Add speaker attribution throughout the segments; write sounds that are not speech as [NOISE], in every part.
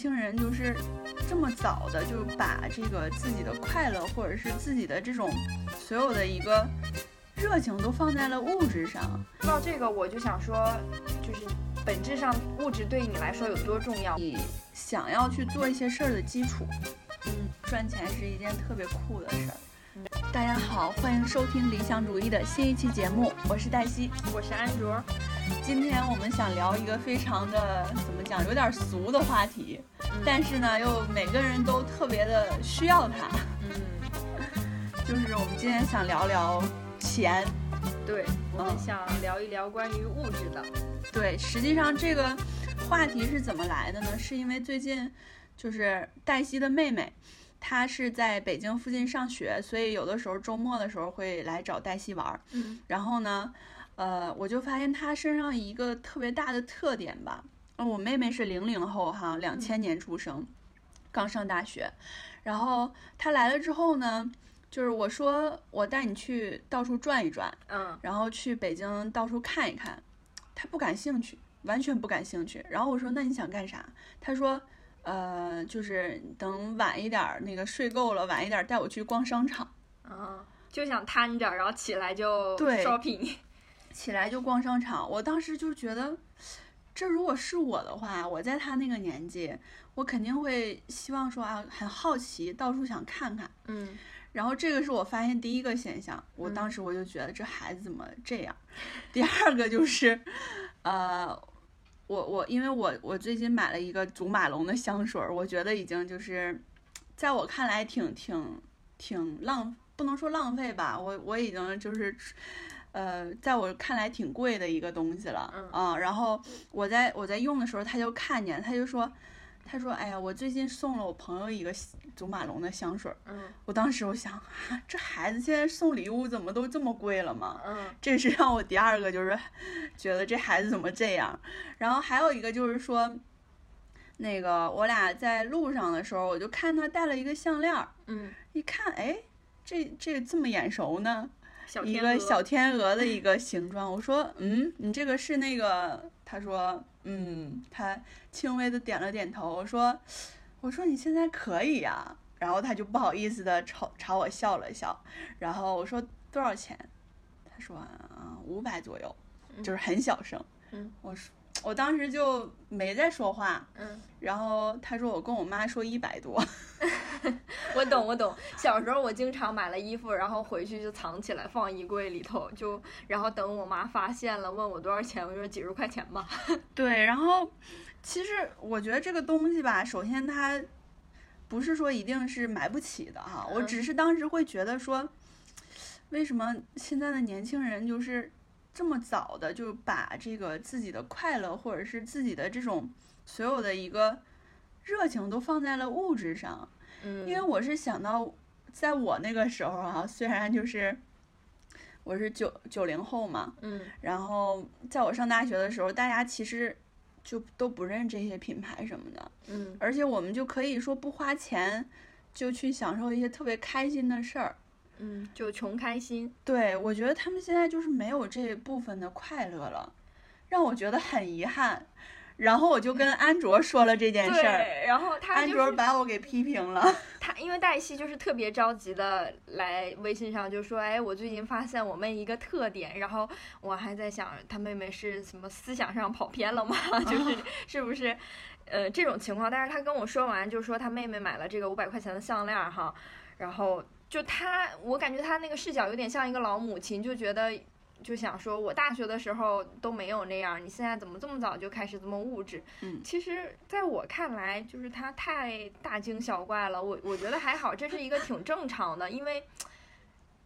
Speaker 1: 轻人就是这么早的就把这个自己的快乐或者是自己的这种所有的一个热情都放在了物质上。
Speaker 2: 说到这个，我就想说，就是本质上物质对你来说有多重要？
Speaker 1: 你想要去做一些事儿的基础，
Speaker 2: 嗯，
Speaker 1: 赚钱是一件特别酷的事儿。大家好，欢迎收听理想主义的新一期节目，我是黛西。
Speaker 2: 我是安卓，
Speaker 1: 今天我们想聊一个非常的怎么讲，有点俗的话题，
Speaker 2: 嗯
Speaker 1: 但是呢，又每个人都特别的需要它。
Speaker 2: 嗯，
Speaker 1: 就是我们今天想聊聊钱，
Speaker 2: 对，我们
Speaker 1: 嗯
Speaker 2: 想聊一聊关于物质的，
Speaker 1: 对，实际上这个话题是怎么来的呢？是因为最近就是黛西的妹妹，她是在北京附近上学，所以有的时候周末的时候会来找黛西玩儿。
Speaker 2: 嗯，
Speaker 1: 然后呢，呃，我就发现她身上一个特别大的特点吧。呃我妹妹是零零后哈，两千年出生，刚上大学。然后她来了之后呢，就是我说我带你去到处转一转，
Speaker 2: 嗯，
Speaker 1: 然后去北京到处看一看。他不感兴趣，完全不感兴趣。然后我说：“那你想干啥？”他说：“呃，就是等晚一点儿，那个睡够了，晚一点儿带我去逛商场。
Speaker 2: 啊，就想瘫着，然后起来就
Speaker 1: 对
Speaker 2: shopping，
Speaker 1: 起来就逛商场。”我当时就觉得，这如果是我的话，我在他那个年纪，我肯定会希望说啊，很好奇，到处想看看。
Speaker 2: 嗯，
Speaker 1: 然后这个是我发现第一个现象，我当时我就觉得这孩子怎么这样。第二个就是，呃，我我因为我我最近买了一个祖马龙的香水儿，我觉得已经就是，在我看来挺挺挺浪，不能说浪费吧，我我已经就是。呃，在我看来挺贵的一个东西了，
Speaker 2: 嗯
Speaker 1: 啊，然后我在我在用的时候，他就看见，他就说，他说，哎呀，我最近送了我朋友一个祖马龙的香水儿，
Speaker 2: [LAUGHS] 嗯，
Speaker 1: 我当时我想啊，这孩子现在送礼物怎么都这么贵了吗？
Speaker 2: 嗯，
Speaker 1: 这是让我第二个就是 [LAUGHS] 觉得这孩子怎么这样。然后还有一个就是说，那个我俩在路上的时候，我就看他戴了一个项链儿，
Speaker 2: 嗯，
Speaker 1: 一看哎，这这这么眼熟呢，
Speaker 2: 小
Speaker 1: 一
Speaker 2: 天鹅
Speaker 1: 个小天鹅的一个形状。我说嗯，你这个是那个？他说嗯，他轻微的点了点头。我说我说你现在可以呀、然后他就不好意思的朝朝我笑了笑，然后我说多少钱？他说啊五百左右，就是很小声。
Speaker 2: 嗯，
Speaker 1: 我说我当时就没再说话，
Speaker 2: 嗯，
Speaker 1: 然后他说我跟我妈说一百多，
Speaker 2: 我懂，我 [LAUGHS] 懂。小时候我经常买了衣服，然后回去就藏起来，放衣柜里头，就然后等我妈发现了，问我多少钱，我说几十块钱吧。
Speaker 1: 对，然后其实我觉得这个东西吧，首先它不是说一定是买不起的哈，我
Speaker 2: 嗯
Speaker 1: 只是当时会觉得说，为什么现在的年轻人就是这么早的就把这个自己的快乐或者是自己的这种所有的一个热情都放在了物质上，
Speaker 2: 嗯
Speaker 1: 因为我是想到，在我那个时候啊，虽然就是我是九九零后嘛，
Speaker 2: 嗯
Speaker 1: 然后在我上大学的时候，大家其实就都不认这些品牌什么的，
Speaker 2: 嗯
Speaker 1: 而且我们就可以说不花钱就去享受一些特别开心的事儿。
Speaker 2: 嗯，就穷开心。
Speaker 1: 对我觉得他们现在就是没有这部分的快乐了，让我觉得很遗憾。然后我就跟安卓说了这件事儿，
Speaker 2: 对，然后他
Speaker 1: 安
Speaker 2: 就
Speaker 1: 卓
Speaker 2: 是
Speaker 1: 把我给批评了。
Speaker 2: 他，因为黛西就是特别着急的来微信上就说，哎，我最近发现我妹一个特点，然后我还在想，她妹妹是什么思想上跑偏了吗？ [LAUGHS] 就是是不是，呃，这种情况。但是她跟我说完，就说她妹妹买了这个五百块钱的项链儿哈，然后就她，我感觉她那个视角有点像一个老母亲，就觉得。就想说，我大学的时候都没有那样，你现在怎么这么早就开始这么物质？
Speaker 1: 嗯
Speaker 2: 其实在我看来，就是他太大惊小怪了。我我觉得还好，这是一个挺正常的，因为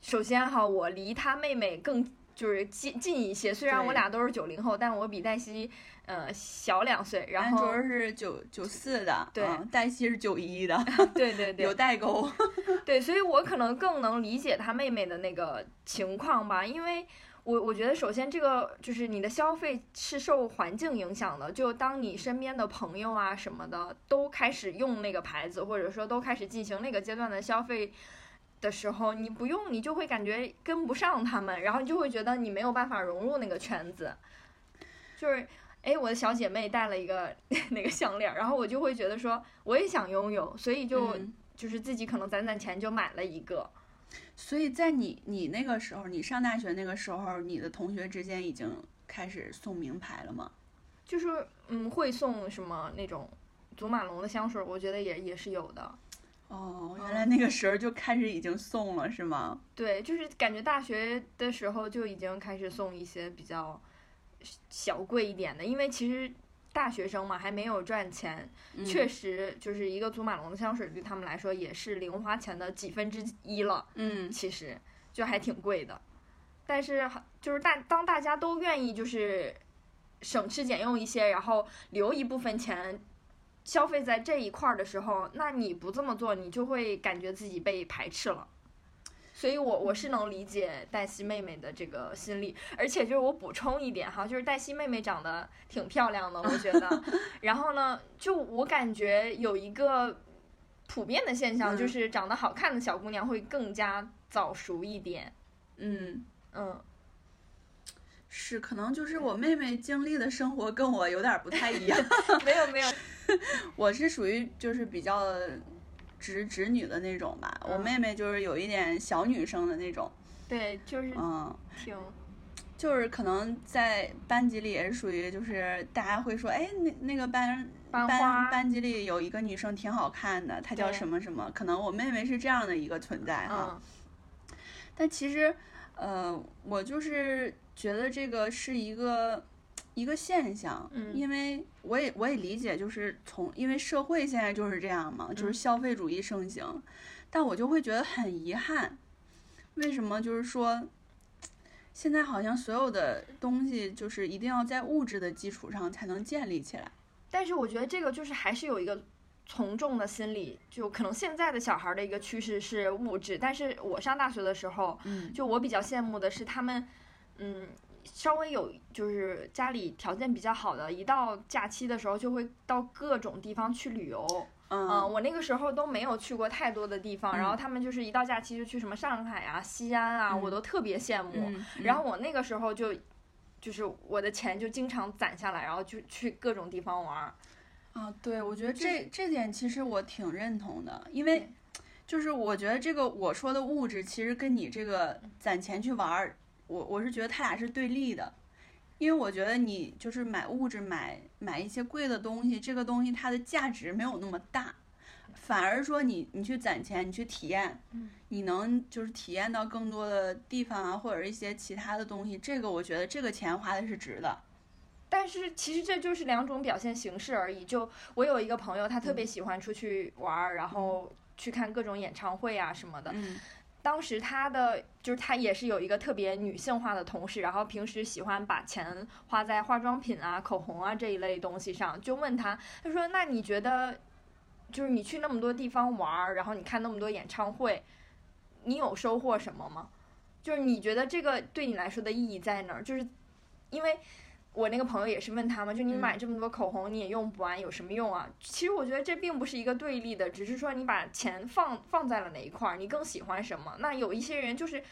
Speaker 2: 首先哈，我离他妹妹更就是近近一些。虽然
Speaker 1: 对
Speaker 2: 我俩都是九零后，但我比黛西呃小两岁。然
Speaker 1: 安
Speaker 2: 后
Speaker 1: 卓是九九四的，
Speaker 2: 对
Speaker 1: 嗯黛西是九一的，
Speaker 2: 对对对
Speaker 1: 有代沟。
Speaker 2: 对，所以我可能更能理解他妹妹的那个情况吧，因为我我觉得首先这个就是你的消费是受环境影响的，就当你身边的朋友啊什么的都开始用那个牌子，或者说都开始进行那个阶段的消费。的时候，你不用，你就会感觉跟不上他们，然后你就会觉得你没有办法融入那个圈子，就是，哎，哎，我的小姐妹戴了一个 [LAUGHS] 那个项链儿，然后我就会觉得说我也想拥有，所以就、
Speaker 1: 嗯
Speaker 2: 就是自己可能攒攒钱就买了一个。
Speaker 1: 所以在你你那个时候，你上大学那个时候，你的同学之间已经开始送名牌了吗？
Speaker 2: 就是嗯，会送什么那种祖马龙的香水儿，我觉得也也是有的。
Speaker 1: 哦，原来那个时候就开始已经送了是吗？
Speaker 2: 对，就是感觉大学的时候就已经开始送一些比较小贵一点的，因为其实大学生嘛还没有赚钱，
Speaker 1: 嗯
Speaker 2: 确实就是一个祖马龙的香水对他们来说也是零花钱的几分之一了。
Speaker 1: 嗯
Speaker 2: 其实就还挺贵的。但是好就是大当大家都愿意就是省吃俭用一些，然后留一部分钱消费在这一块儿的时候，那你不这么做，你就会感觉自己被排斥了。所以我，我是能理解黛西妹妹的这个心理，而且就是我补充一点哈，就是黛西妹妹长得挺漂亮的，我觉得。然后呢，就我感觉有一个普遍的现
Speaker 1: 嗯
Speaker 2: 象，就是长得好看的小姑娘会更加早熟一点。
Speaker 1: 嗯， [LAUGHS]
Speaker 2: 嗯，
Speaker 1: 是，可能就是我妹妹经历的生活跟我有点不太一样。 [LAUGHS]
Speaker 2: 没有没有，
Speaker 1: 我是属于就是比较直直女的那种吧，我
Speaker 2: 嗯
Speaker 1: 妹妹就是有一点小女生的那种，
Speaker 2: 对，就是
Speaker 1: 嗯，
Speaker 2: 挺
Speaker 1: 就是可能在班级里也是属于就是大家会说，哎，那那个班
Speaker 2: 班花
Speaker 1: 班班级里有一个女生挺好看的，她叫
Speaker 2: 对
Speaker 1: 什么什么，可能我妹妹是这样的一个存在哈、
Speaker 2: 嗯
Speaker 1: 但其实，呃，我就是觉得这个是一个一个现象，
Speaker 2: 嗯
Speaker 1: 因为我也我也理解，就是从因为社会现在就是这样嘛，就是
Speaker 2: 嗯
Speaker 1: 消费主义盛行，但我就会觉得很遗憾，为什么就是说。现在好像所有的东西就是一定要在物质的基础上才能建立起来。
Speaker 2: 但是我觉得这个就是还是有一个从众的心理，就可能现在的小孩儿的一个趋势是物质，但是我上大学的时候，
Speaker 1: 嗯
Speaker 2: 就我比较羡慕的是他们，嗯，稍微有就是家里条件比较好的，一到假期的时候就会到各种地方去旅游。嗯、
Speaker 1: 嗯
Speaker 2: 我那个时候都没有去过太多的地方，然后他们就是一到假期就去什么上海啊、西安啊，我都特别羡慕。
Speaker 1: 嗯
Speaker 2: 然后我那个时候就。就是我的钱就经常攒下来，然后就去各种地方玩儿。
Speaker 1: 啊，对，我觉得
Speaker 2: 嗯就
Speaker 1: 这这点其实我挺认同的，因为
Speaker 2: 对
Speaker 1: 就是我觉得这个我说的物质，其实跟你这个
Speaker 2: 嗯
Speaker 1: 攒钱去玩儿，我我是觉得它俩是对立的，因为我觉得你就是买物质买买一些贵的东西，这个东西它的价值没有那么大，反而说你你去攒钱，你去体验
Speaker 2: 嗯，
Speaker 1: 你能就是体验到更多的地方啊，或者一些其他的东西，这个我觉得这个钱花的是值的。
Speaker 2: 但是其实这就是两种表现形式而已。就我有一个朋友，他特别
Speaker 1: 嗯
Speaker 2: 喜欢出去玩儿，然后去看各种演唱会啊什么的。
Speaker 1: 嗯
Speaker 2: 当时他的就是他也是有一个特别女性化的同事，然后平时喜欢把钱花在化妆品啊、口红啊这一类东西上。就问他，他说：“那你觉得，就是你去那么多地方玩儿，然后你看那么多演唱会，你有收获什么吗？就是你觉得这个对你来说的意义在哪儿？就是因为。”我那个朋友也是问他嘛，就你
Speaker 1: 嗯
Speaker 2: 买这么多口红，你也用不完，有什么用啊？其实我觉得这并不是一个对立的，只是说你把钱放放在了哪一块儿，你更喜欢什么？那有一些人就是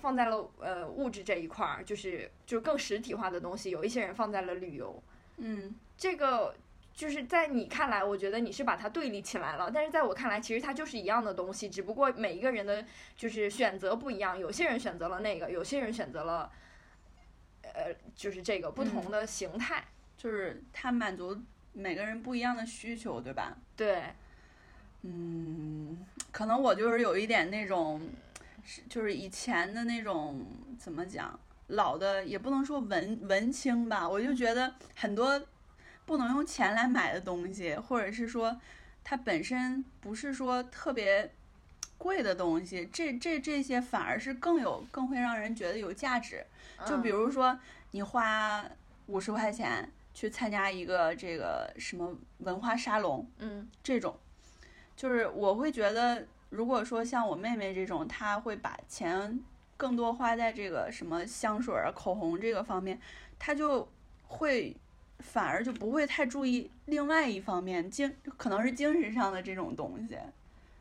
Speaker 2: 放在了呃物质这一块儿，就是就是更实体化的东西；有一些人放在了旅游，
Speaker 1: 嗯，
Speaker 2: 这个就是在你看来，我觉得你是把它对立起来了，但是在我看来，其实它就是一样的东西，只不过每一个人的就是选择不一样，有些人选择了那个，有些人选择了。呃，就是这个不
Speaker 1: 嗯
Speaker 2: 同的形态，
Speaker 1: 就是它满足每个人不一样的需求，对吧？
Speaker 2: 对，
Speaker 1: 嗯，可能我就是有一点那种，是就是以前的那种怎么讲，老的也不能说文文青吧，我就觉得很多不能用钱来买的东西，或者是说它本身不是说特别贵的东西，这这这些反而是更有更会让人觉得有价值。就
Speaker 2: 嗯
Speaker 1: 比如说你花五十块钱去参加一个这个什么文化沙龙
Speaker 2: 嗯
Speaker 1: 这种，就是我会觉得，如果说像我妹妹这种，她会把钱更多花在这个什么香水啊、口红这个方面，她就会。反而就不会太注意另外一方面精，可能是精神上的这种东西，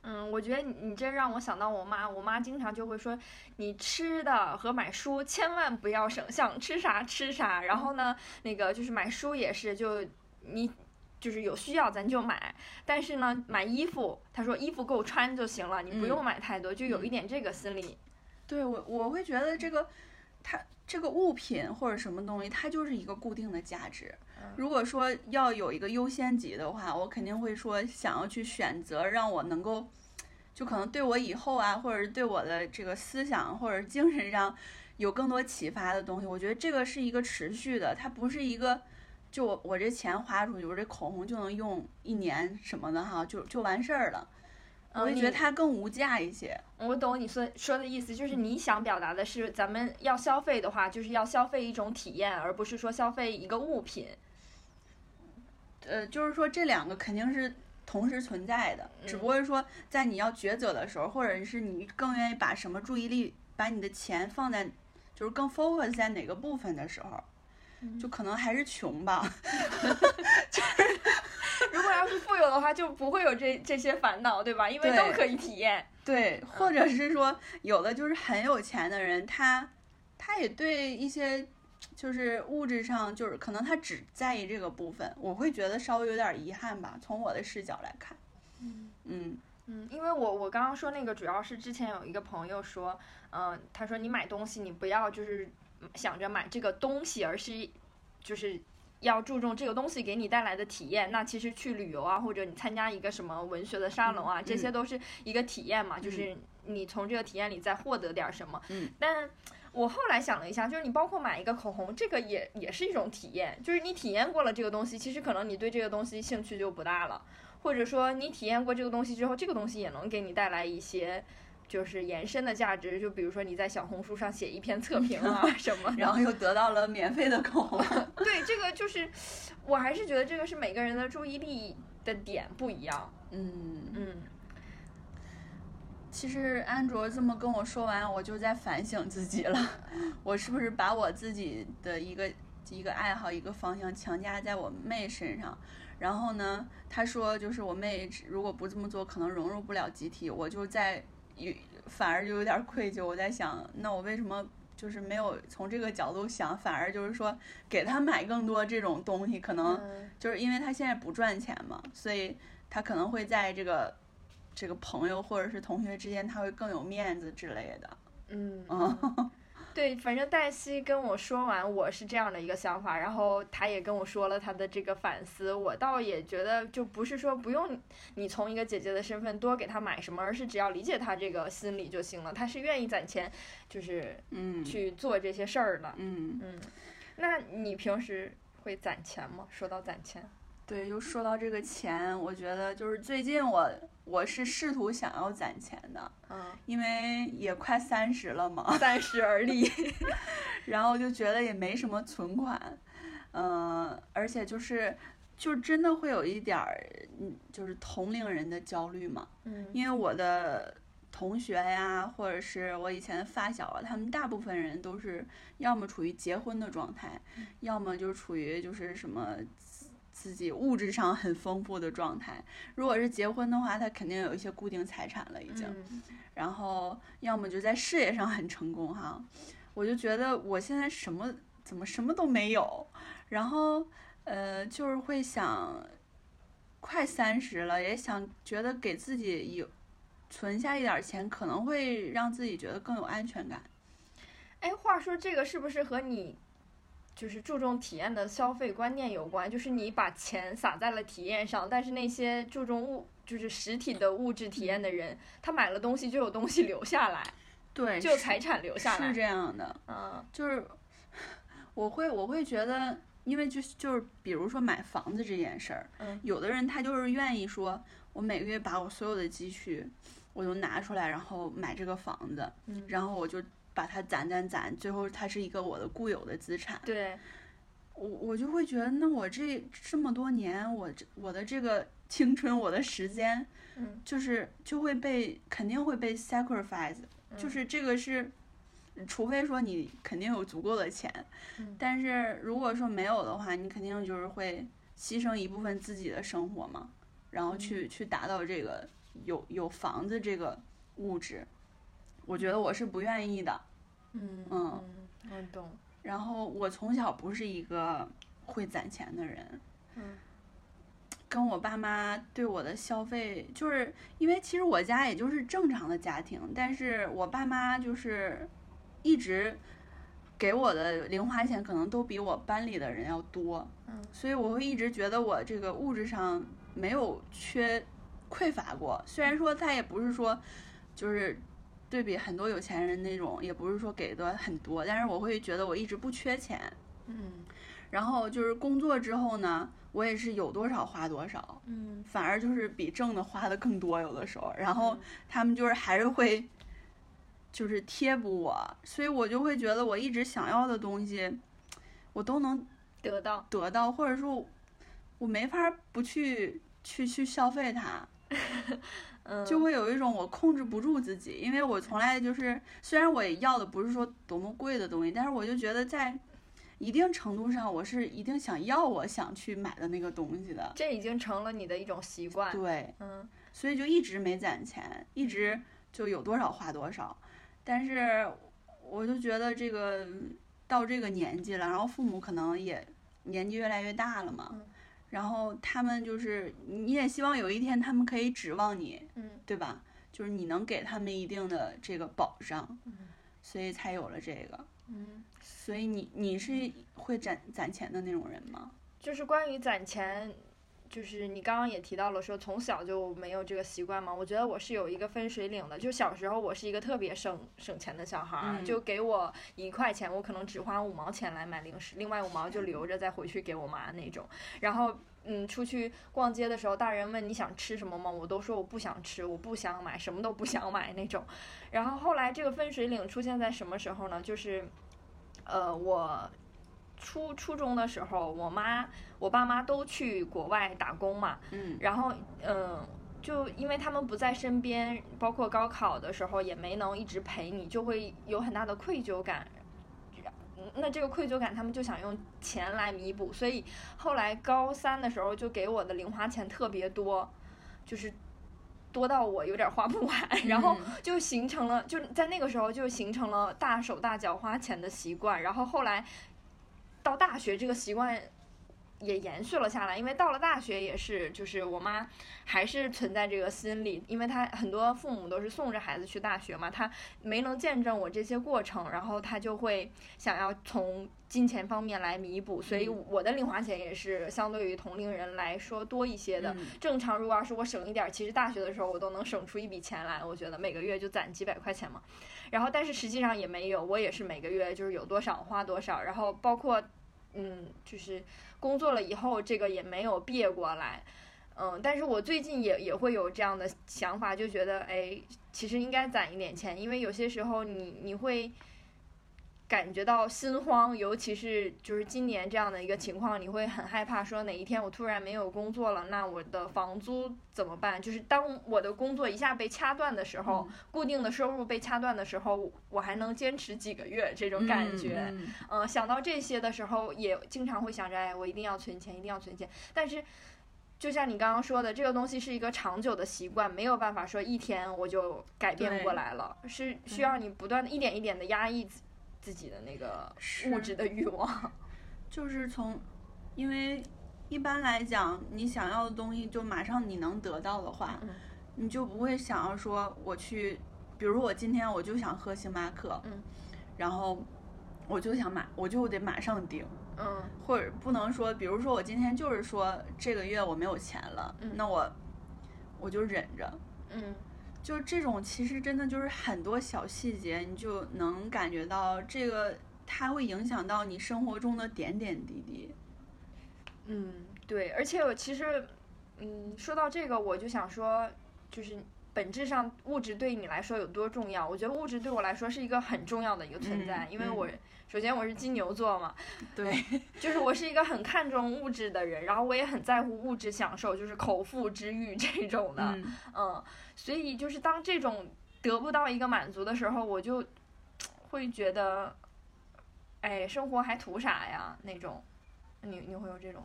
Speaker 2: 嗯，我觉得你你这让我想到我妈，我妈经常就会说，你吃的和买书千万不要省，想吃啥吃啥。然后呢，那个就是买书也是，就你就是有需要咱就买，但是呢，买衣服，她说衣服够穿就行了，你不用买太多，就有一点这个心理。
Speaker 1: 对我我会觉得这
Speaker 2: 嗯
Speaker 1: 个它这个物品或者什么东西，它就是一个固定的价值。
Speaker 2: 嗯
Speaker 1: 如果说要有一个优先级的话，我肯定会说想要去选择让我能够，就可能对我以后啊，或者是对我的这个思想或者精神上有更多启发的东西。我觉得这个是一个持续的，它不是一个就我我这钱花出去，我这口红就能用一年什么的哈，就就完事儿了。我
Speaker 2: 嗯
Speaker 1: 会
Speaker 2: 你
Speaker 1: 觉得它更无价一些。
Speaker 2: 嗯我懂你说说的意思，就是你想表达的是，咱们要消费的话，就是要消费一种体验，而不是说消费一个物品。
Speaker 1: 呃，就是说这两个肯定是同时存在的，只
Speaker 2: 嗯
Speaker 1: 不过是说在你要抉择的时候，或者是你更愿意把什么注意力，把你的钱放在，就是更 focus 在哪个部分的时候，就可能还是穷吧。 [LAUGHS]
Speaker 2: 如果要是富有的话，就不会有这这些烦恼，对吧？因为
Speaker 1: 对
Speaker 2: 都可以体验。
Speaker 1: 对，或者是说有的就是很有钱的人，他他也对一些。就是物质上，就是可能他只在意这个部分，我会觉得稍微有点遗憾吧。从我的视角来看，嗯，
Speaker 2: 嗯，因为我我刚刚说那个，主要是之前有一个朋友说，嗯、他说你买东西，你不要就是想着买这个东西，而是就是要注重这个东西给你带来的体验。那其实去旅游啊，或者你参加一个什么文学的沙龙啊，
Speaker 1: 嗯
Speaker 2: 这些都是一个体验嘛，就
Speaker 1: 嗯
Speaker 2: 是你从这个体验里再获得点儿什么。
Speaker 1: 嗯，
Speaker 2: 但。我后来想了一下，就是你包括买一个口红，这个也也是一种体验，就是你体验过了这个东西，其实可能你对这个东西兴趣就不大了。或者说你体验过这个东西之后，这个东西也能给你带来一些就是延伸的价值，就比如说你在小红书上写一篇测评啊什么的，
Speaker 1: 然后又得到了免费的口红，
Speaker 2: 对这个就是，我还是觉得这个是每个人的注意力的点不一样，
Speaker 1: 嗯。
Speaker 2: 嗯。
Speaker 1: 其实安卓这么跟我说完，我就在反省自己了，我是不是把我自己的一个一个爱好、一个方向强加在我妹身上？然后呢，他说就是我妹如果不这么做，可能融入不了集体，我就在有反而就有点愧疚。我在想，那我为什么？就是没有从这个角度想，反而就是说给她买更多这种东西，可能
Speaker 2: 嗯
Speaker 1: 就是因为他现在不赚钱嘛，所以他可能会在这个这个朋友或者是同学之间，他会更有面子之类的。
Speaker 2: 嗯，嗯对，反正黛西跟我说完我是这样的一个想法，然后她也跟我说了她的这个反思，我倒也觉得就不是说不用你从一个姐姐的身份多给她买什么，而是只要理解她这个心理就行了，她是愿意攒钱，就是
Speaker 1: 嗯
Speaker 2: 去做这些事儿的。
Speaker 1: 嗯，
Speaker 2: 嗯，那你平时会攒钱吗？说到攒钱，
Speaker 1: 对，就说到这个钱，我觉得就是最近我我是试图想要攒钱的， [LAUGHS]
Speaker 2: 嗯，
Speaker 1: 因为也快三十了嘛， [LAUGHS]
Speaker 2: 三十而立，
Speaker 1: 然后就觉得也没什么存款，嗯、而且就是就真的会有一点儿，嗯，就是同龄人的焦虑嘛。
Speaker 2: 嗯
Speaker 1: 因为我的同学呀，或者是我以前的发小啊，他们大部分人都是要么处于结婚的状态，要么就处于就是什么自自己物质上很丰富的状态。如果是结婚的话，他肯定有一些固定财产了已经，
Speaker 2: 嗯
Speaker 1: 然后要么就在事业上很成功哈。我就觉得我现在什么怎么什么都没有，然后呃就是会想，快三十了也想觉得给自己有存下一点钱，可能会让自己觉得更有安全感。
Speaker 2: 哎，话说这个是不是和你就是注重体验的消费观念有关？就是你把钱撒在了体验上，但是那些注重物就是实体的物质体验的人，他买了东西就有东西留下来，
Speaker 1: 对，
Speaker 2: 就有
Speaker 1: 是
Speaker 2: 财产留下
Speaker 1: 是
Speaker 2: 来。
Speaker 1: 这样的，
Speaker 2: 嗯
Speaker 1: 就是我会我会觉得，因为就是就是比如说买房子这件事儿，
Speaker 2: 嗯
Speaker 1: 有的人他就是愿意说，我每个月把我所有的积蓄，我就拿出来，然后买这个房子，
Speaker 2: 嗯，
Speaker 1: 然后我就把它攒攒攒，最后它是一个我的固有的资产。
Speaker 2: 对，
Speaker 1: 我我就会觉得，那我这这么多年，我这我的这个青春，我的时间，
Speaker 2: 嗯，
Speaker 1: 就是就会被肯定会被 sacrifice，、就是这个是，除非说你肯定有足够的钱，
Speaker 2: 嗯
Speaker 1: 但是如果说没有的话，你肯定就是会牺牲一部分自己的生活嘛，然后去、去达到这个有有房子这个物质，我觉得我是不愿意的。
Speaker 2: 嗯
Speaker 1: 嗯
Speaker 2: 嗯，我懂。
Speaker 1: 然后我从小不是一个会攒钱的人，
Speaker 2: 嗯
Speaker 1: 跟我爸妈对我的消费，就是因为其实我家也就是正常的家庭，但是我爸妈就是一直给我的零花钱可能都比我班里的人要多，
Speaker 2: 嗯
Speaker 1: 所以我会一直觉得我这个物质上没有缺匮乏过。虽然说他也不是说就是对比很多有钱人那种，也不是说给的很多，但是我会觉得我一直不缺钱。
Speaker 2: 嗯
Speaker 1: 然后就是工作之后呢，我也是有多少花多少，
Speaker 2: 嗯，
Speaker 1: 反而就是比挣的花的更多，有的时候。然后他们就是还是会，就是贴补我，所以我就会觉得我一直想要的东西，我都能
Speaker 2: 得到。
Speaker 1: 得到，或者说，我没法不去去去消费它，
Speaker 2: 嗯，
Speaker 1: 就会有一种我控制不住自己，因为我从来就是，虽然我也要的不是说多么贵的东西，但是我就觉得在。一定程度上，我是一定想要我想去买的那个东西的，
Speaker 2: 这已经成了你的一种习惯。
Speaker 1: 对，
Speaker 2: 嗯
Speaker 1: 所以就一直没攒钱，一直就有多少花多少。但是我就觉得这个到这个年纪了，然后父母可能也年纪越来越大了嘛
Speaker 2: 嗯，
Speaker 1: 然后他们就是你也希望有一天他们可以指望你，
Speaker 2: 嗯
Speaker 1: 对吧？就是你能给他们一定的这个保障，
Speaker 2: 嗯
Speaker 1: 所以才有了这个。
Speaker 2: 嗯，
Speaker 1: 所以你你是会攒攒钱的那种人吗？
Speaker 2: 就是关于攒钱，就是你刚刚也提到了说从小就没有这个习惯嘛。我觉得我是有一个分水岭的，就小时候我是一个特别省省钱的小孩儿，
Speaker 1: 嗯
Speaker 2: 就给我一块钱，我可能只花五毛钱来买零食，另外五毛就留着再回去给我妈那种。然后。嗯，出去逛街的时候，大人问你想吃什么吗？我都说我不想吃，我不想买，什么都不想买那种。然后后来这个分水岭出现在什么时候呢？就是，呃，我初初中的时候，我妈我爸妈都去国外打工嘛，
Speaker 1: 嗯
Speaker 2: 然后嗯。就因为他们不在身边，包括高考的时候也没能一直陪你，就会有很大的愧疚感。那这个愧疚感，他们就想用钱来弥补，所以后来高三的时候就给我的零花钱特别多，就是多到我有点花不完，然后就形成了，就在那个时候就形成了大手大脚花钱的习惯，然后后来到大学这个习惯也延续了下来，因为到了大学也是，就是我妈还是存在这个心理，因为她很多父母都是送着孩子去大学嘛，她没能见证我这些过程，然后她就会想要从金钱方面来弥补，所以
Speaker 1: 嗯
Speaker 2: 我的零花钱也是相对于同龄人来说多一些的，
Speaker 1: 嗯
Speaker 2: 正常，如果要是我省一点儿，其实大学的时候我都能省出一笔钱来，我觉得每个月就攒几百块钱嘛。然后，但是实际上也没有，我也是每个月就是有多少花多少，然后包括，嗯，就是工作了以后，这个也没有别过来。嗯，但是我最近也也会有这样的想法，就觉得哎，其实应该攒一点钱，因为有些时候你你会感觉到心慌，尤其是就是今年这样的一个情况，你会很害怕，说哪一天我突然没有工作了，那我的房租怎么办？就是当我的工作一下被掐断的时候，
Speaker 1: 嗯
Speaker 2: 固定的收入被掐断的时候，我还能坚持几个月这种感觉。
Speaker 1: 嗯嗯
Speaker 2: 嗯，想到这些的时候，也经常会想着，哎，我一定要存钱，一定要存钱。但是，就像你刚刚说的，这个东西是一个长久的习惯，没有办法说一天我就改变过
Speaker 1: 对
Speaker 2: 来了，是需要你不断的一点一点的压抑自自己的那个
Speaker 1: 是
Speaker 2: 物质的欲望。 [LAUGHS]
Speaker 1: 就是从，因为一般来讲，你想要的东西就马上你能得到的话，
Speaker 2: 嗯
Speaker 1: 你就不会想要说我去，比如我今天我就想喝星巴克，
Speaker 2: 嗯，
Speaker 1: 然后我就想买，我就得马上订，
Speaker 2: 嗯
Speaker 1: 或者不能说，比如说我今天就是说这个月我没有钱了，
Speaker 2: 嗯
Speaker 1: 那我我就忍着。
Speaker 2: 嗯
Speaker 1: 就是这种，其实真的就是很多小细节，你就能感觉到这个，它会影响到你生活中的点点滴滴。
Speaker 2: 嗯，对。而且我其实，嗯，说到这个，我就想说，就是。本质上，物质对你来说有多重要？我觉得物质对我来说是一个很重要的一个存
Speaker 1: 嗯
Speaker 2: 在，因为
Speaker 1: 嗯
Speaker 2: 我、首先我是金牛座嘛，
Speaker 1: 对，
Speaker 2: 就是我是一个很看重物质的人，然后我也很在乎物质享受，就是口腹之欲这种的，嗯
Speaker 1: 嗯
Speaker 2: 所以就是当这种得不到一个满足的时候，我就会觉得，哎，生活还图啥呀那种，你你会有这种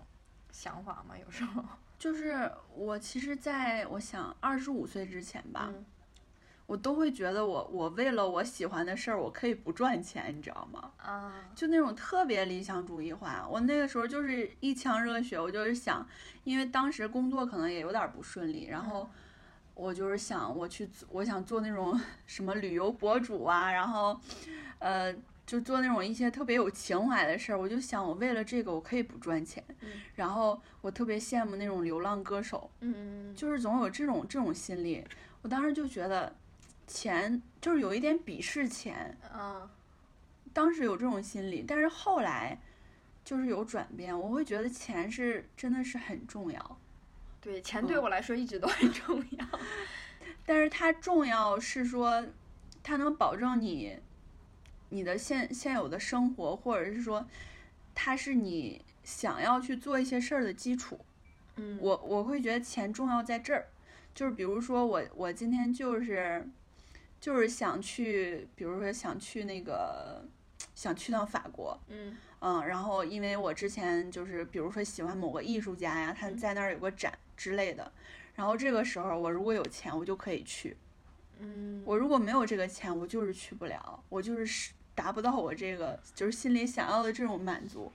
Speaker 2: 想法吗？有时候，
Speaker 1: 就是我其实在我想二十五岁之前吧，
Speaker 2: 嗯
Speaker 1: 我都会觉得我我为了我喜欢的事儿，我可以不赚钱，你知道吗？
Speaker 2: 啊，
Speaker 1: 就那种特别理想主义化。我那个时候就是一腔热血，我就是想，因为当时工作可能也有点不顺利，然后我就是想我去做，我想做那种 [LAUGHS] 什么旅游博主啊，然后，呃。就做那种一些特别有情怀的事儿，我就想，我为了这个我可以不赚钱，
Speaker 2: 嗯
Speaker 1: 然后我特别羡慕那种流浪歌手，
Speaker 2: 嗯，
Speaker 1: 就是总有这种这种心理。我当时就觉得，钱就是有一点鄙视钱，
Speaker 2: 啊，
Speaker 1: 当时有这种心理，但是后来就是有转变，我会觉得钱是真的是很重要，
Speaker 2: 对，钱对我来说一直都很重要。
Speaker 1: 但是它重要是说，它能保证你你的现现有的生活，或者是说，它是你想要去做一些事儿的基础。
Speaker 2: 嗯，
Speaker 1: 我我会觉得钱重要在这儿，就是比如说我我今天就是就是想去，比如说想去那个想去趟法国，
Speaker 2: 嗯
Speaker 1: 嗯，然后因为我之前就是比如说喜欢某个艺术家呀，他
Speaker 2: 嗯
Speaker 1: 在那儿有个展之类的，然后这个时候我如果有钱，我就可以去；
Speaker 2: 嗯，
Speaker 1: 我如果没有这个钱，我就是去不了，我就是是达不到我这个就是心里想要的这种满足。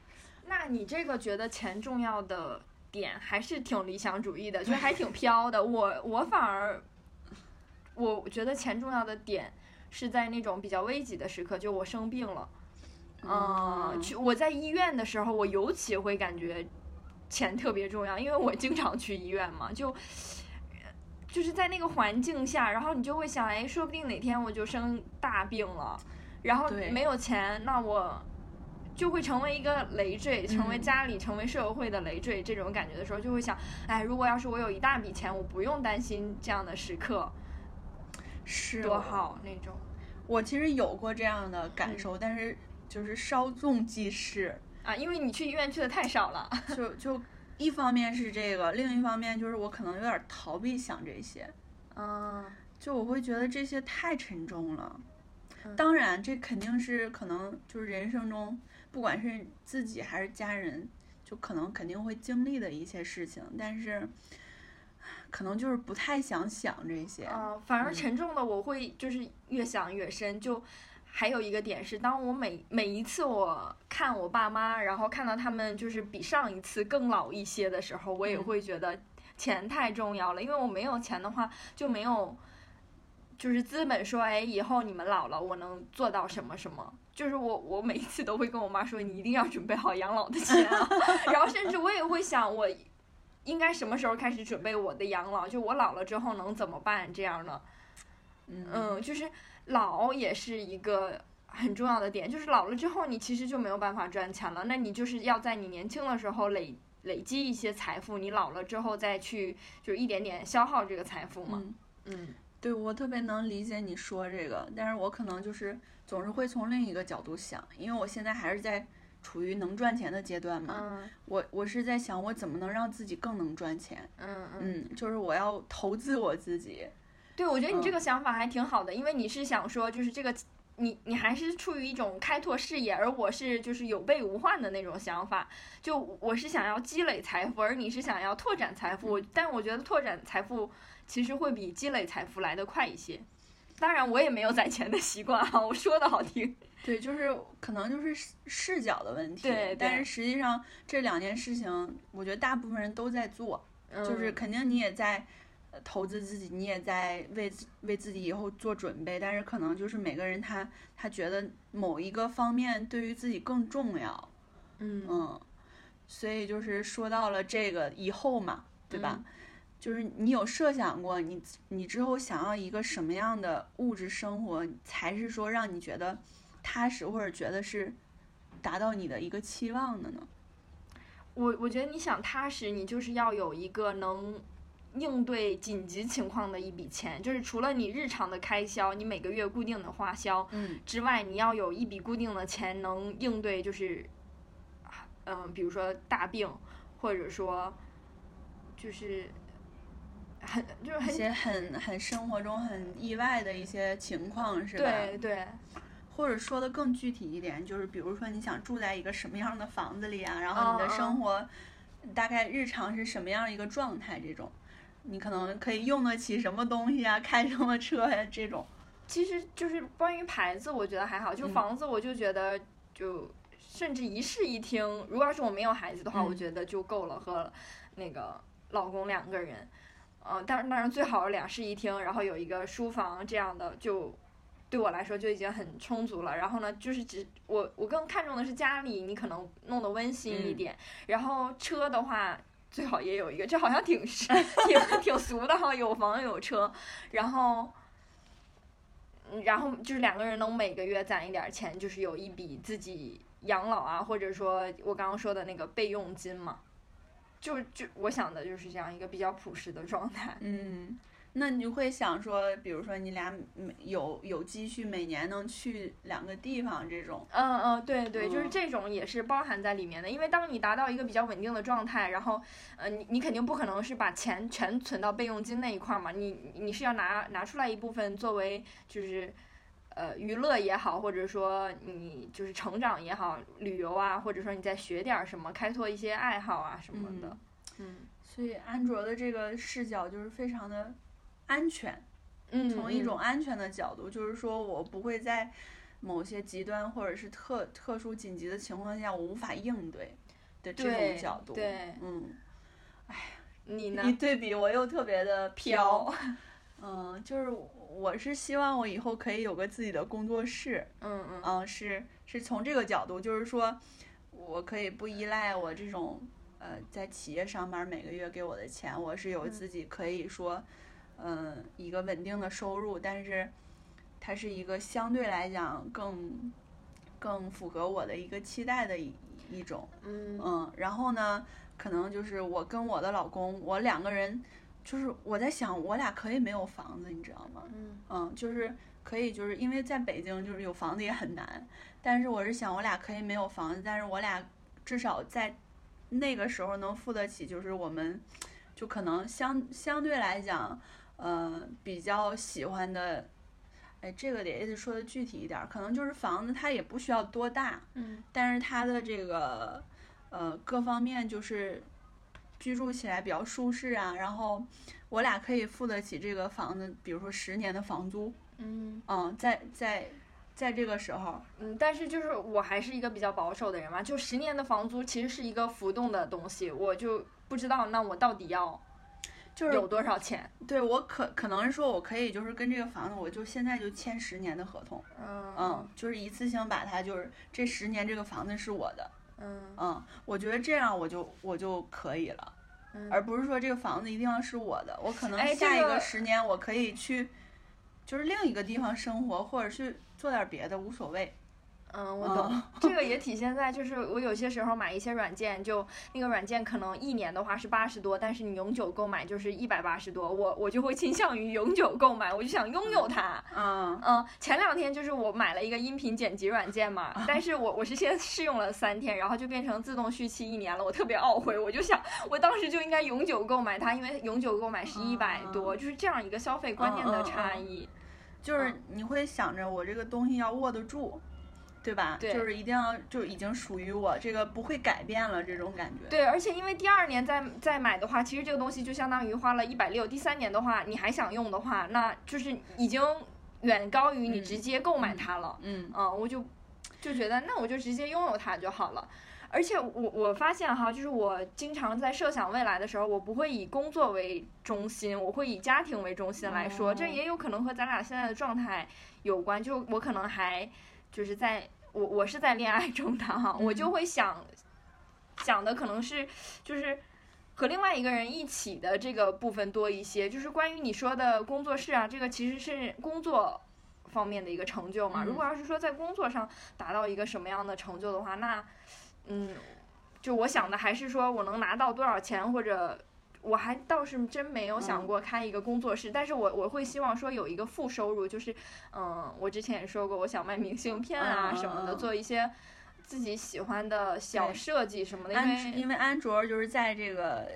Speaker 2: 那你这个觉得钱重要的点还是挺理想主义的，就还挺飘的。我我反而，我觉得钱重要的点是在那种比较危急的时刻，就我生病了，嗯，去我在医院的时候，我尤其会感觉钱特别重要，因为我经常去医院嘛，就。就是在那个环境下，然后你就会想，哎，说不定哪天我就生大病了，然后
Speaker 1: 对
Speaker 2: 没有钱，那我就会成为一个累赘，成为
Speaker 1: 嗯
Speaker 2: 家里、成为社会的累赘。这种感觉的时候，就会想，哎，如果要是我有一大笔钱，我不用担心这样的时刻，
Speaker 1: 是
Speaker 2: 多
Speaker 1: 我
Speaker 2: 好嗯那种。
Speaker 1: 我其实有过这样的感受，但是就是稍纵即
Speaker 2: [LAUGHS]
Speaker 1: 逝。
Speaker 2: 啊，因为你去医院去的太少了，
Speaker 1: 就就一方面是这个，另一方面就是我可能有点逃避想这些，
Speaker 2: 嗯，
Speaker 1: 就我会觉得这些太沉重了
Speaker 2: 嗯。
Speaker 1: 当然，这肯定是可能就是人生中，不管是自己还是家人，就可能肯定会经历的一些事情，但是可能就是不太想想这些。
Speaker 2: 啊，反而
Speaker 1: 嗯
Speaker 2: 沉重的我会就是越想越深。就还有一个点是，当我每每一次我看我爸妈，然后看到他们就是比上一次更老一些的时候，我也
Speaker 1: 嗯
Speaker 2: 会觉得钱太重要了，因为我没有钱的话就没有。就是资本说，哎，以后你们老了，我能做到什么什么？就是我，我每一次都会跟我妈说，你一定要准备好养老的钱啊。 [LAUGHS] 然后甚至我也会想，我应该什么时候开始准备我的养老？就我老了之后能怎么办？这样的，
Speaker 1: 嗯
Speaker 2: 嗯，就是老也是一个很重要的点，就是老了之后你其实就没有办法赚钱了，那你就是要在你年轻的时候累累积一些财富，你老了之后再去就是一点点消耗这个财富嘛。
Speaker 1: 嗯
Speaker 2: 嗯
Speaker 1: 对，我特别能理解你说这个，但是我可能就是总是会从另一个角度想，因为我现在还是在处于能赚钱的阶段嘛。
Speaker 2: 嗯
Speaker 1: 我我是在想，我怎么能让自己更能赚钱？
Speaker 2: 嗯嗯，
Speaker 1: 嗯，就是我要投资我自己。
Speaker 2: 对，我觉得你
Speaker 1: 嗯
Speaker 2: 这个想法还挺好的，因为你是想说就是这个。你你还是处于一种开拓视野，而我是就是有备无患的那种想法。就我是想要积累财富，而你是想要拓展财富。但我觉得拓展财富其实会比积累财富来得快一些。当然，我也没有攒钱的习惯啊，我说的好听。
Speaker 1: 对，就是可能就是视视角的问题。
Speaker 2: 对对
Speaker 1: 但是实际上这两件事情，我觉得大部分人都在做，
Speaker 2: 嗯
Speaker 1: 就是肯定你也在。呃投资自己，你也在为自为自己以后做准备，但是可能就是每个人他他觉得某一个方面对于自己更重要，
Speaker 2: 嗯嗯
Speaker 1: 嗯，所以就是说到了这个以后嘛，对吧？
Speaker 2: 嗯
Speaker 1: 就是你有设想过你你之后想要一个什么样的物质生活，才是说让你觉得踏实，或者觉得是达到你的一个期望的呢？
Speaker 2: 我我觉得你想踏实，你就是要有一个能应对紧急情况的一笔钱，就是除了你日常的开销，你每个月固定的花销
Speaker 1: 嗯
Speaker 2: 之外，你要有一笔固定的钱能应对，就是，嗯、比如说大病，或者说就是很就是
Speaker 1: 一
Speaker 2: 很
Speaker 1: 些很很生活中很意外的一些情况是吧？
Speaker 2: 对对，
Speaker 1: 或者说的更具体一点，就是比如说你想住在一个什么样的房子里啊，然后你
Speaker 2: 嗯
Speaker 1: 的
Speaker 2: 嗯
Speaker 1: 生活大概日常是什么样一个状态这种，你可能可以用得起什么东西啊，开什么车呀、这种。
Speaker 2: 其实就是关于牌子，我觉得还好，就
Speaker 1: 嗯
Speaker 2: 房子，我就觉得就甚至一室一厅，如果要是我没有孩子的话，
Speaker 1: 嗯
Speaker 2: 我觉得就够了，和那个老公两个人，嗯、当然当然最好是两室一厅，然后有一个书房这样的就。对我来说就已经很充足了，然后呢，就是只我我更看重的是家里，你可能弄得温馨一
Speaker 1: 嗯
Speaker 2: 点，然后车的话最好也有一个，这好像挺 [LAUGHS] 挺挺俗的哈，有房有车，然后嗯然后就是两个人能每个月攒一点儿钱，就是有一笔自己养老啊，或者说我刚刚说的那个备用金嘛，就就我想的就是这样一个比较朴实的状态。
Speaker 1: 嗯，那你会想说，比如说你俩每有有积蓄，每年能去两个地方这种，
Speaker 2: 嗯嗯，对对，就是
Speaker 1: 嗯
Speaker 2: 这种也是包含在里面的，因为当你达到一个比较稳定的状态，然后，呃，你你肯定不可能是把钱全存到备用金那一块儿嘛，你你是要拿拿出来一部分作为就是，呃，娱乐也好，或者说你就是成长也好，旅游啊，或者说你再学点儿什么，开拓一些爱好啊什么的，嗯
Speaker 1: 所以安卓的这个视角就是非常的安全，
Speaker 2: 嗯，
Speaker 1: 从一种安全的角度，就是说我不会在某些极端或者是特特殊紧急的情况下，我无法应对的这
Speaker 2: 对
Speaker 1: 种角度。
Speaker 2: 对
Speaker 1: 嗯，
Speaker 2: 嗯你呢？
Speaker 1: 一对比我又特别的
Speaker 2: 飘
Speaker 1: 飘。， [LAUGHS] 嗯，就是我是希望我以后可以有个自己的工作室。
Speaker 2: 嗯嗯
Speaker 1: 嗯，是是从这个角度，就是说我可以不依赖我这种呃在企业上班每个月给我的钱，我是有
Speaker 2: 嗯
Speaker 1: 自己可以说嗯、呃一个稳定的收入，但是它是一个相对来讲更更符合我的一个期待的一一种。
Speaker 2: 嗯
Speaker 1: 嗯，然后呢，可能就是我跟我的老公，我两个人，就是我在想，我俩可以没有房子，你知道吗？
Speaker 2: 嗯
Speaker 1: 嗯，就是可以，就是因为在北京，就是有房子也很难。但是我是想，我俩可以没有房子，但是我俩至少在那个时候能付得起，就是我们就可能相相对来讲，呃，比较喜欢的。哎，这个得也得说的具体一点儿，可能就是房子它也不需要多大，
Speaker 2: 嗯
Speaker 1: 但是它的这个呃各方面就是居住起来比较舒适啊，然后我俩可以付得起这个房子，比如说十年的房租，
Speaker 2: 嗯。
Speaker 1: 嗯，在在在这个时候，
Speaker 2: 嗯，但是就是我还是一个比较保守的人嘛，就十年的房租其实是一个浮动的东西，我就不知道那我到底要
Speaker 1: 就
Speaker 2: 有
Speaker 1: 是
Speaker 2: 多少钱。
Speaker 1: 对我可可能是说我可以就是跟这个房子，我就现在就签十年的合同，嗯
Speaker 2: 嗯，
Speaker 1: 就是一次性把它就是这十年这个房子是我的，
Speaker 2: 嗯
Speaker 1: 嗯，我觉得这样我就我就可以了。
Speaker 2: 嗯
Speaker 1: 而不是说这个房子一定要是我的，我可
Speaker 2: 哎
Speaker 1: 能
Speaker 2: 这
Speaker 1: 下一
Speaker 2: 个
Speaker 1: 个十年我可以去，就是另一个地方生活，或者去做点别的，无所谓。
Speaker 2: 嗯，我懂。这个也体现在就是我有些时候买一些软件，就那个软件可能一年的话是八十多，但是你永久购买就是一百八十多，我我就会倾向于永久购买，我就想拥有它。
Speaker 1: 嗯
Speaker 2: 嗯，前两天就是我买了一个音频剪辑软件嘛，
Speaker 1: 啊
Speaker 2: 但是我我是先试用了三天，然后就变成自动续期一年了，我特别懊悔，我就想我当时就应该永久购买它，因为永久购买是一百
Speaker 1: 啊
Speaker 2: 多，就是这样一个消费观念的
Speaker 1: 嗯
Speaker 2: 差异。
Speaker 1: 就是你会想着我这个东西要握得住，对吧？
Speaker 2: 对
Speaker 1: 就是一定要就已经属于我，这个不会改变了这种感觉。
Speaker 2: 对，而且因为第二年再再买的话，其实这个东西就相当于花了一百六，第三年的话你还想用的话，那就是已经远高于你
Speaker 1: 嗯
Speaker 2: 直接购买它了。
Speaker 1: 嗯
Speaker 2: 嗯，我就就觉得那我就直接拥有它就好了。而且我我发现哈，就是我经常在设想未来的时候，我不会以工作为中心，我会以家庭为中心来说，这
Speaker 1: 哦
Speaker 2: 也有可能和咱俩现在的状态有关。就我可能还就是在我我是在恋爱中的哈，我就
Speaker 1: 嗯
Speaker 2: 会想想的可能是就是和另外一个人一起的这个部分多一些。就是关于你说的工作室啊，这个其实是工作方面的一个成就嘛。
Speaker 1: 嗯
Speaker 2: 如果要是说在工作上达到一个什么样的成就的话，那嗯，就我想的还是说我能拿到多少钱或者。我还倒是真没有
Speaker 1: 嗯
Speaker 2: 想过开一个工作室，但是我我会希望说有一个负收入，就是，嗯，我之前也说过，我想卖明信片啊
Speaker 1: 嗯
Speaker 2: 什么的，
Speaker 1: 嗯嗯
Speaker 2: 做一些自己喜欢的小
Speaker 1: 对
Speaker 2: 设计什么的，因为
Speaker 1: 安因为安卓就是在这个。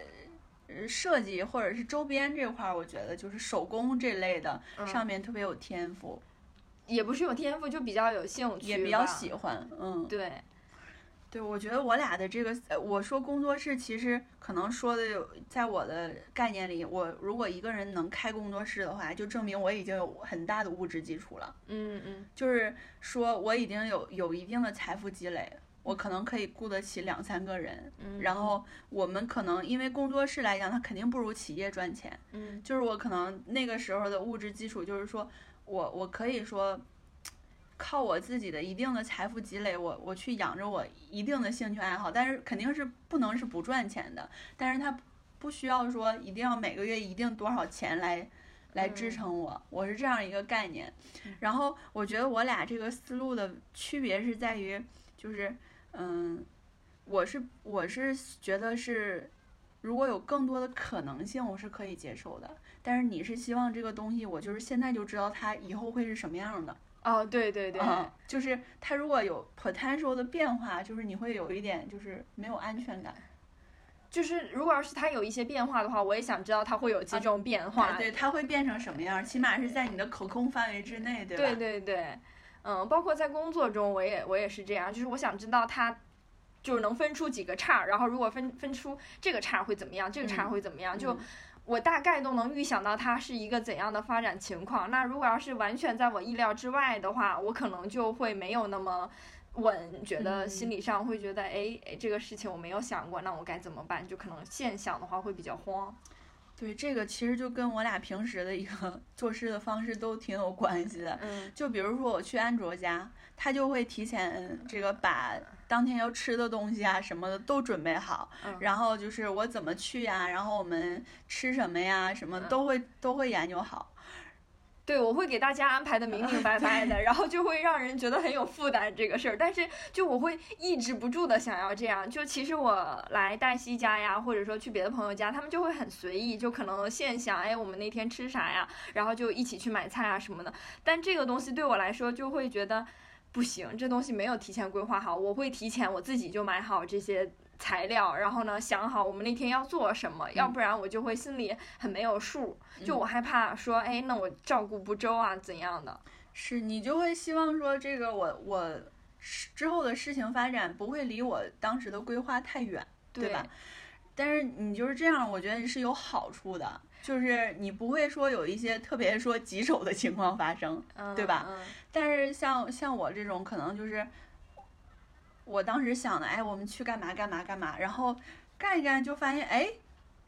Speaker 1: 呃设计或者是周边这块儿，我觉得就是手工这类的、
Speaker 2: 嗯
Speaker 1: 上面特别有天赋，
Speaker 2: 也不是有天赋，就比较有兴趣，
Speaker 1: 也比较。喜欢。嗯，
Speaker 2: 对，
Speaker 1: 对，我觉得我俩的这个，呃我说工作室，其实可能说的有，在我的概念里，我如果一个人能开工作室的话，就证明我已经有很大的物质基础了，
Speaker 2: 嗯嗯
Speaker 1: 就是说我已经有有一定的财富积累，我可能可以雇得起两三个人。
Speaker 2: 嗯，
Speaker 1: 然后我们可能因为工作室来讲，它肯定不如企业赚钱，
Speaker 2: 嗯
Speaker 1: 就是我可能那个时候的物质基础，就是说我我可以说靠我自己的一定的财富积累，我我去养着我一定的兴趣爱好，但是肯定是不能是不赚钱的，但是它不不需要说一定要每个月一定多少钱来。来支
Speaker 2: 嗯
Speaker 1: 撑我，我是这样一个概念
Speaker 2: 嗯。
Speaker 1: 然后我觉得我俩这个思路的区别是在于，就是，嗯，我是我是觉得是，如果有更多的可能性，我是可以接受的。但是你是希望这个东西，我就是现在就知道它以后会是什么样的。
Speaker 2: 哦对对对，
Speaker 1: 嗯，就是它如果有 potential 的变化，就是你会有一点就是没有安全感。
Speaker 2: 就是如果要是它有一些变化的话，我也想知道它会有几种变化。
Speaker 1: 啊对，它会变成什么样？起码是在你的可控范围之内，对吧？
Speaker 2: 对对对，嗯，包括在工作中，我也我也是这样，就是我想知道它。就是能分出几个叉儿，然后如果分分出这个叉儿会怎么样，这个叉儿
Speaker 1: 嗯
Speaker 2: 会怎么样，就
Speaker 1: 嗯
Speaker 2: 我大概都能预想到它是一个怎样的发展情况。那如果要是完全在我意料之外的话，我可能就会没有那么稳，觉得
Speaker 1: 嗯
Speaker 2: 心理上会觉得，哎、哎，这个事情我没有想过，那我该怎么办？就可能现想的话会比较慌。
Speaker 1: 对这个其实就跟我俩平时的一个 [LAUGHS] 做事的方式都挺有关系的。
Speaker 2: 嗯
Speaker 1: 就比如说我去安卓家，他就会提前这个把当天要吃的东西啊什么的都准备好，
Speaker 2: 嗯
Speaker 1: 然后就是我怎么去呀、然后我们吃什么呀，什么
Speaker 2: 嗯
Speaker 1: 都会、都会研究好。
Speaker 2: 对，我会给大家安排的明明白白的，然后就会让人觉得很有负担这个事儿。但是就我会抑制不住的想要这样。就其实我来黛西家呀，或者说去别的朋友家，他们就会很随意，就可能现想，哎，我们那天吃啥呀，然后就一起去买菜啊什么的。但这个东西对我来说，就会觉得不行，这东西没有提前规划好。我会提前我自己就买好这些。材料，然后呢，想好我们那天要做什么，要不然我就会心里很没有数。就
Speaker 1: 嗯
Speaker 2: 我害怕说，哎，那我照顾不周啊，怎样的？
Speaker 1: 是你就会希望说这个我我是之后的事情发展不会离我当时的规划太远，对吧？但是你就是这样，我觉得是有好处的，就是你不会说有一些特别说棘手的情况发生。
Speaker 2: 嗯，
Speaker 1: 对吧
Speaker 2: 嗯
Speaker 1: 但是像像我这种，可能就是我当时想的，哎，我们去干嘛干嘛干嘛，然后干一干就发现，哎，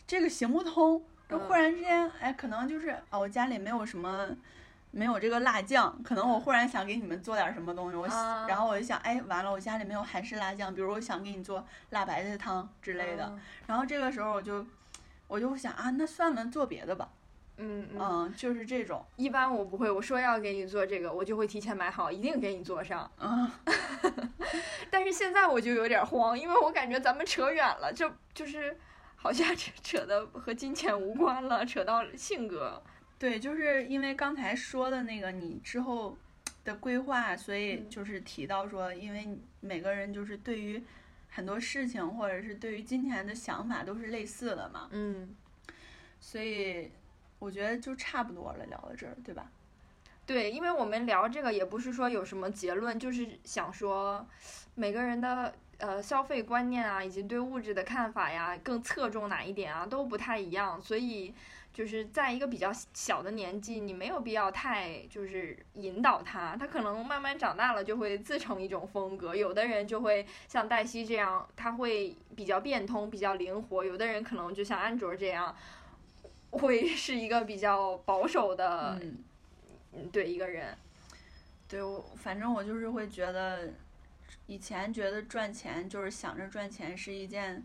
Speaker 1: 这个行不通，就忽
Speaker 2: 嗯
Speaker 1: 然之间，哎，可能就是啊，我家里没有什么。没有这个辣酱，可能我忽然想给你们做点什么东西，我、
Speaker 2: 嗯啊
Speaker 1: 然后我就想，哎，完了，我家里没有韩式辣酱，比如我想给你做辣白菜汤之类
Speaker 2: 嗯
Speaker 1: 的，。然后这个时候我就，我就想啊，那算了，做别的吧，
Speaker 2: 嗯嗯嗯，
Speaker 1: 嗯，就是这种，
Speaker 2: 一般我不会，我说要给你做这个，我就会提前买好，一定给你做上。
Speaker 1: 嗯，[LAUGHS]
Speaker 2: [LAUGHS] 但是现在我就有点慌，因为我感觉咱们扯远了，就就是好像 [LAUGHS] 扯扯的和金钱无关了，扯到性格。
Speaker 1: 对，就是因为刚才说的那个你之后的规划，所以
Speaker 2: 嗯
Speaker 1: 就是提到说，因为你每个人就是对于很多事情或者是对于金钱的想法都是类似的嘛，
Speaker 2: 嗯，
Speaker 1: 所以我觉得就差不多了，聊到这儿，对吧？
Speaker 2: 对，因为我们聊这个也不是说有什么结论，就是想说每个人的呃消费观念啊，以及对物质的看法呀，更侧重哪一点啊，都不太一样，所以就是在一个比较小的年纪，你没有必要太就是引导他，他可能慢慢长大了就会自成一种风格。有的人就会像黛西这样，他会比较变通，比较灵活；有的人可能就像安卓这样。会是一个比较保守的
Speaker 1: 嗯，
Speaker 2: 嗯，对一个人，
Speaker 1: 对我，反正我就是会觉得，以前觉得赚钱就是想着赚钱是一件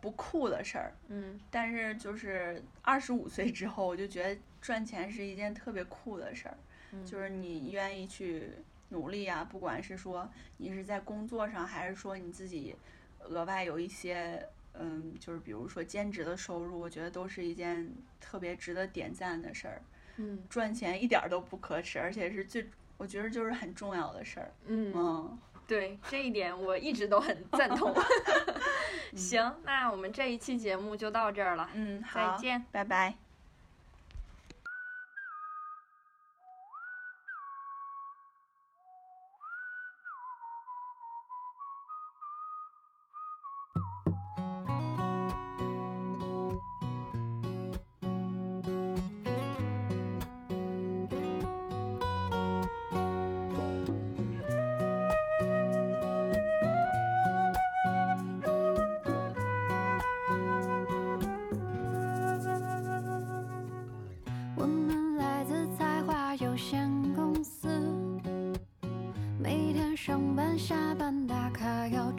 Speaker 1: 不酷的事儿，
Speaker 2: 嗯
Speaker 1: 但是就是二十五岁之后，我就觉得赚钱是一件特别酷的事儿，
Speaker 2: 嗯
Speaker 1: 就是你愿意去努力啊，不管是说你是在工作上，还是说你自己额外有一些，嗯，就是比如说兼职的收入，我觉得都是一件特别值得点赞的事儿。
Speaker 2: 嗯
Speaker 1: 赚钱一点儿都不可耻，而且是最，我觉得就是很重要的事儿。
Speaker 2: 嗯，
Speaker 1: 嗯，
Speaker 2: 对这一点我一直都很赞同。 [LAUGHS] 行，那我们这一期节目就到这儿了，
Speaker 1: 嗯，
Speaker 2: 再
Speaker 1: 好，
Speaker 2: 见。
Speaker 1: 拜拜。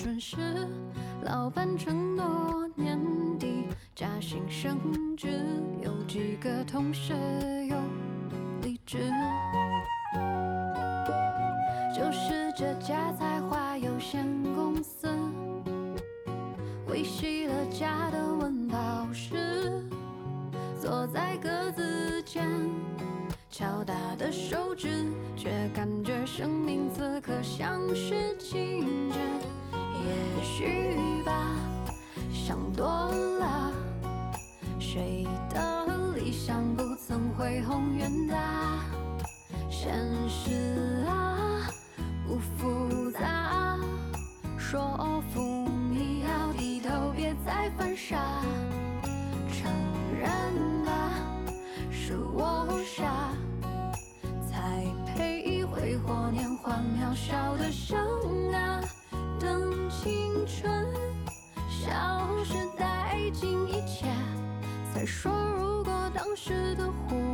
Speaker 3: 但是老板承诺年底加薪升职，有几个同事又离职。就是这家才华有限公司，维系了家的温饱时，坐在格子间，敲打的手指，却感觉生命此刻像是静止。也许吧，想多了，谁的理想不曾恢宏远大？现实啊，不复杂。说服你要低头，别再犯傻。承认吧，啊是我傻，才配挥霍年华渺小的生啊。等青春消失殆尽一切，才说如果当时的我。啊